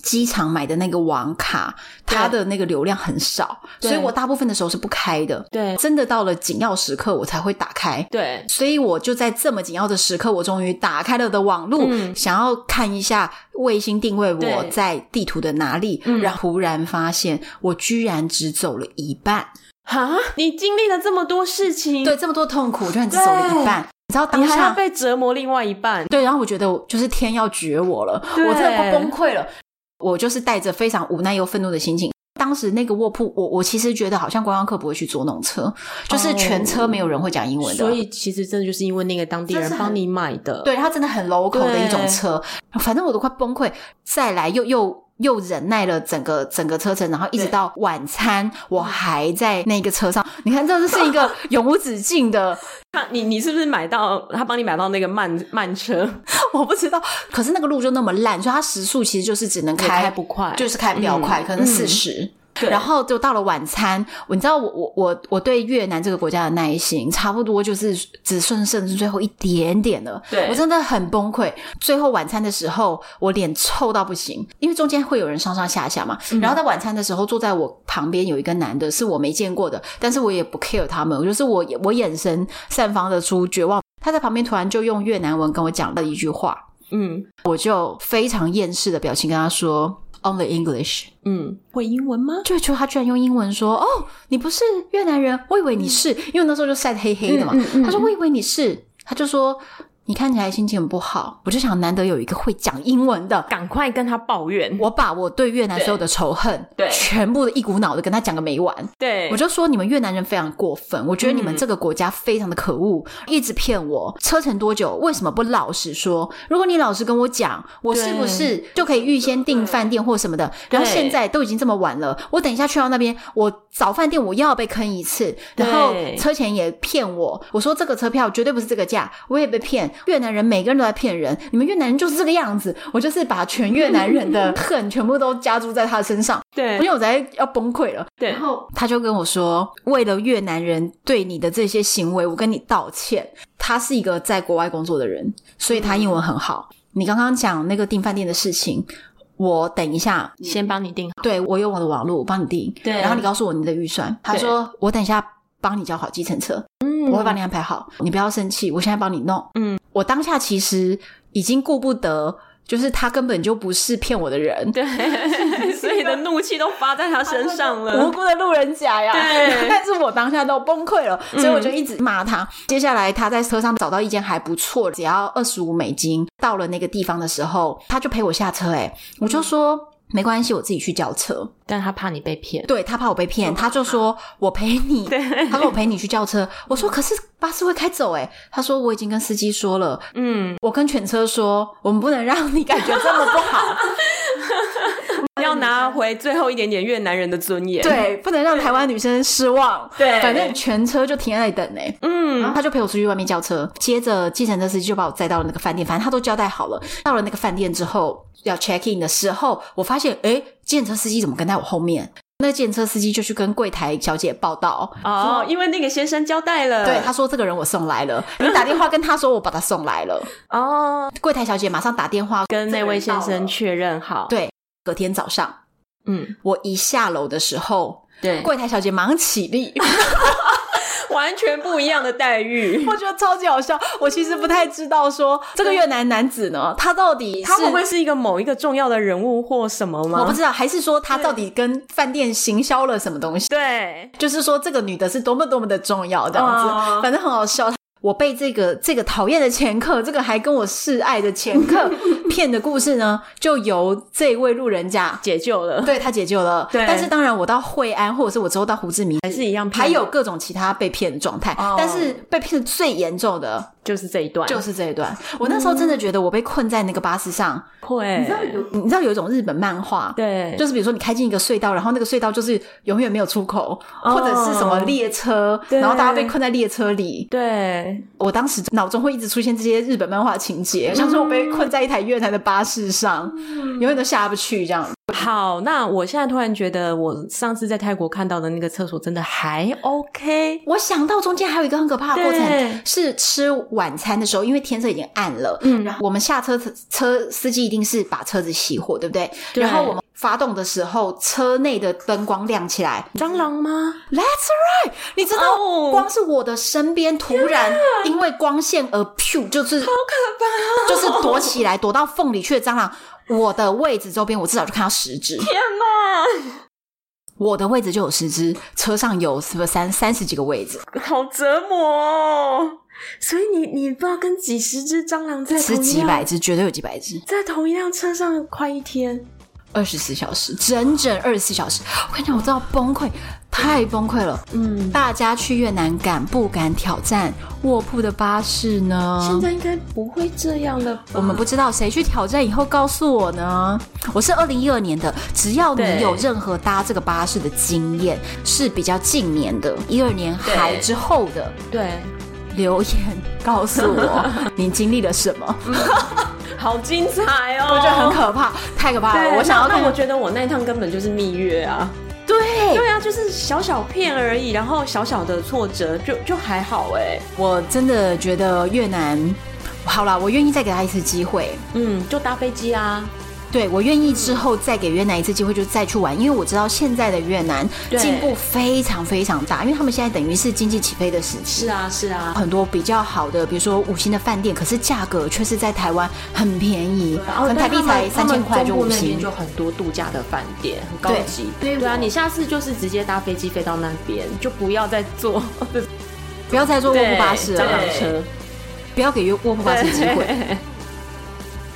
机场买的那个网卡，
对
它的那个流量很少，
对
所以我大部分的时候是不开的。
对
真的到了紧要时刻，我才会打开。
对
所以我就在这么紧要的时刻，我终于打开了我的网路，
嗯
想要看一下卫星定位我
对
在地图的哪里，
嗯
然后忽然发现我居然只走了一半，
哈，你经历了这么多事情，
对，，这么多痛苦，我居然只走了一半，你知道
你
当
还要
下。
被折磨另外一半，
对，然后我觉得我就是天要绝我了，
对
我真的快崩溃了。我就是带着非常无奈又愤怒的心情当时那个卧铺，我我其实觉得好像观光客不会去坐那种车，就是全车没有人会讲英文的，
哦所以其实真的就是因为那个当地人帮你买的，
对，它真的很 local 的一种车，反正我都快崩溃。再来又又又忍耐了整个整个车程，然后一直到晚餐，我还在那个车上。你看，这是一个 永无止境的，
他你你是不是买到他帮你买到那个慢慢车，
我不知道。可是那个路就那么烂，所以它时速其实就是只能
也
开，
不快，
就是开比较快，
嗯
可能四十、
对
然后就到了晚餐，我你知道我我我我对越南这个国家的耐心差不多就是只剩剩最后一点点了，
对
我真的很崩溃。最后晚餐的时候，我脸臭到不行，因为中间会有人上上下下嘛。
嗯
然后在晚餐的时候，坐在我旁边有一个男的，是我没见过的，但是我也不 care 他们，我就是我我眼神散发得出绝望。他在旁边突然就用越南文跟我讲了一句话，
嗯
我就非常厌世的表情跟他说 Only English。
嗯，会英文吗？
就觉得他居然用英文说：“哦，你不是越南人，我以为你是，因为那时候就晒得黑黑的嘛。
嗯嗯嗯
他说：“我以为你是。”他就说：“你看起来心情很不好。”我就想，难得有一个会讲英文的，
赶快跟他抱怨，
我把我对越南所有的仇恨，
对对
全部的一股脑的跟他讲个没完。
对，
我就说你们越南人非常过分，我觉得你们这个国家非常的可恶，一直骗我。车程多久？为什么不老实说？如果你老实跟我讲，我是不是就可以预先订饭店或什么的？然后现在都已经这么晚了，我等一下去到那边，我找饭店我又要被坑一次，然后
对
车钱也骗我。我说这个车票绝对不是这个价，我也被骗。越南人每个人都在骗人，你们越南人就是这个样子。我就是把全越南人的 恨全部都加注在他身上，
对
因为我才要崩溃了。
对
然后他就跟我说，为了越南人对你的这些行为，我跟你道歉。他是一个在国外工作的人，所以他英文很好。你刚刚讲那个订饭店的事情，我等一下，
先帮你订好，
对我有我的网络，我帮你订。
对
然后你告诉我你的预算。他说我等一下帮你叫好计程车，
嗯
我会帮 你安排好，你不要生气，我现在帮你弄。
嗯，
我当下其实已经顾不得，就是他根本就不是骗我的人，
对，所以你的怒气都发在他身上
无
了，
辜的路人甲呀。
对 嗯
但是我当下都崩溃了，所以我就一直骂他。接下来他在车上找到一间还不错，只要二十五美金。到了那个地方的时候，他就陪我下车、欸，我就
嗯
说。没关系，我自己去叫车。
但他怕你被骗，
对他怕我被骗，他就 说我陪你。他说我陪你去叫车。我说可是巴士会开走哎、欸他说我已经跟司机说了，
嗯，
我跟全车说我们不能让你感觉这么不好。
要拿回最后一点点越南人的尊严，，
对，不能让台湾女生失望。
对
反正全车就停在那里等哎呢、然
嗯
后他就陪我出去外面叫车，接着计程车司机就把我载到了那个饭店，反正他都交代好了。到了那个饭店之后，要 check in 的时候，我发现，诶，计程车司机怎么跟在我后面？那计程车司机就去跟柜台小姐报道，
哦，因为那个先生交代了，
对，他说这个人我送来了，你打电话跟他说我把他送来了。
哦，
柜台小姐马上打电话
跟那位先生
去。
确认好，
对，隔天早上
嗯，
我一下楼的时候，
对，
柜台小姐马上起立。
完全不一样的待遇。
我觉得超级好笑。我其实不太知道说这个越南男子呢，他到底是
他会不会是一个某一个重要的人物或什么吗？
我不知道，还是说他到底跟饭店行销了什么东西？
对，
就是说这个女的是多么多么的重要，这样子，
哦
反正很好笑。我被这个这个讨厌的前客，这个还跟我示爱的前 客骗的故事呢，就由这位路人甲
解救了，
对他解救了。
对
但是当然，我到惠安，或者是我之后到胡志明，
还是一样骗
还有各种其他被骗的状态。
哦
但是被骗的最严重的
就是这一段，
就是这一段。我那时候真的觉得我被困在那个巴士上，
会，嗯
你知道有一种日本漫画，
对，
就是比如说你开进一个隧道，然后那个隧道就是永远没有出口，
哦
或者是什么列车，
对
然后大家被困在列车里。
对，
我当时脑中会一直出现这些日本漫画情节，像是我
嗯
被困在一台越南的巴士上，永远都下不去这样。
好，那我现在突然觉得，我上次在泰国看到的那个厕所真的还 OK，
我想到中间还有一个很可怕的过
对
程，是吃晚餐的时候，因为天色已经暗了，
嗯
然后我们下车车司机一定是把车子熄火，对不对？
对
然后我们发动的时候，车内的灯光亮起来，
蟑螂吗？
That's right，你知道
哦
光是我的身边突然因为光线而噗，就是好可怕、就是躲起来躲到缝里去的蟑螂。我的位置周边，我至少就看到十只。
天哪，
我的位置就有十只，车上有是不是三三十几个位置？
好折磨哦！所以你你不知道跟几十只蟑螂在
是
同一
几
辆
百只，绝对有几百只。
在同一辆车上快一天，
二十四小时，整整二十四小时。我跟你讲，我知道崩溃，太崩溃了。嗯，大家去越南敢不敢挑战卧铺的巴士呢？
现在应该不会这样了吧？
我们不知道谁去挑战，以后告诉我呢。我是二零一二年的，只要你
对
有任何搭这个巴士的经验，是比较近年的，一二年
对
还之后的，
对，
留言告诉 我你经历了什么，
哦好精彩哦！
我觉得很可怕，太可怕了。
对，
我想要
那
看欸
那我觉得我那一趟根本就是蜜月啊。
对。
对啊，就是小小片而已，然后小小的挫折就就还好哎、
我真的觉得越南，好啦，我愿意再给他一次机会。
嗯，就搭飞机啊，
对我愿意之后再给越南一次机会，就再去玩，因为我知道现在的越南
对
进步非常非常大，因为他们现在等于是经济起飞的时期。
是啊是啊，
很多比较好的，比如说五星的饭店，可是价格却是在台湾很便宜，
哦
可能台币才三千块就
就
五
那
星
边。就很多度假的饭店，很高
对
级。
对
啊，
我
你下次就是直接搭飞机飞到那边，就不要再 坐
不要再坐卧铺巴士啊
蟑
了，
螂车。
不要给卧铺巴士机会。
对。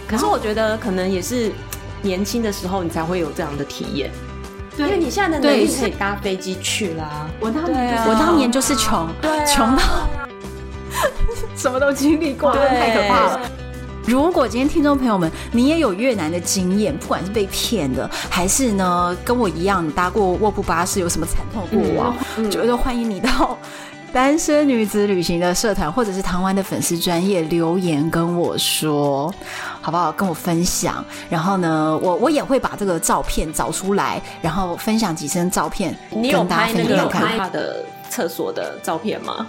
可是我觉得可能也是年轻的时候你才会有这样的体验，因为你现在的能力
对
可以搭飞机去啦。
我当
对啊
我当年就是穷，穷 到什么都经历过，
对
太可怕了。如果今天听众朋友们，你也有越南的经验，不管是被骗的，还是呢跟我一样你搭过卧铺巴士，有什么惨痛过往，
嗯
觉得欢迎你到单身女子旅行的社团，或者是台湾的粉丝专业留言跟我说，好不好？跟我分享。然后呢，我我也会把这个照片找出来，然后分享几张照片
你有
跟大
拍
家
那
分
个
享看。
他的厕所的照片吗？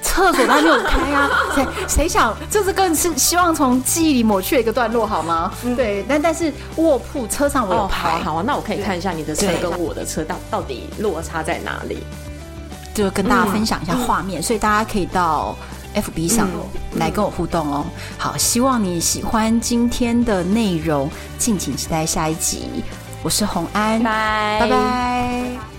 厕所它没有开啊，谁谁想？这是更是希望从记忆里抹去的一个段落，好吗？对，但但是卧铺车上我有
好
拍，
啊好啊，那我可以看一下你的车
对
跟我的车到到底落差在哪里？
就跟大家分享一下画面，所以大家可以到 FB 上来跟我互动哦。好，希望你喜欢今天的内容，敬请期待下一集。我是红安，
拜
拜拜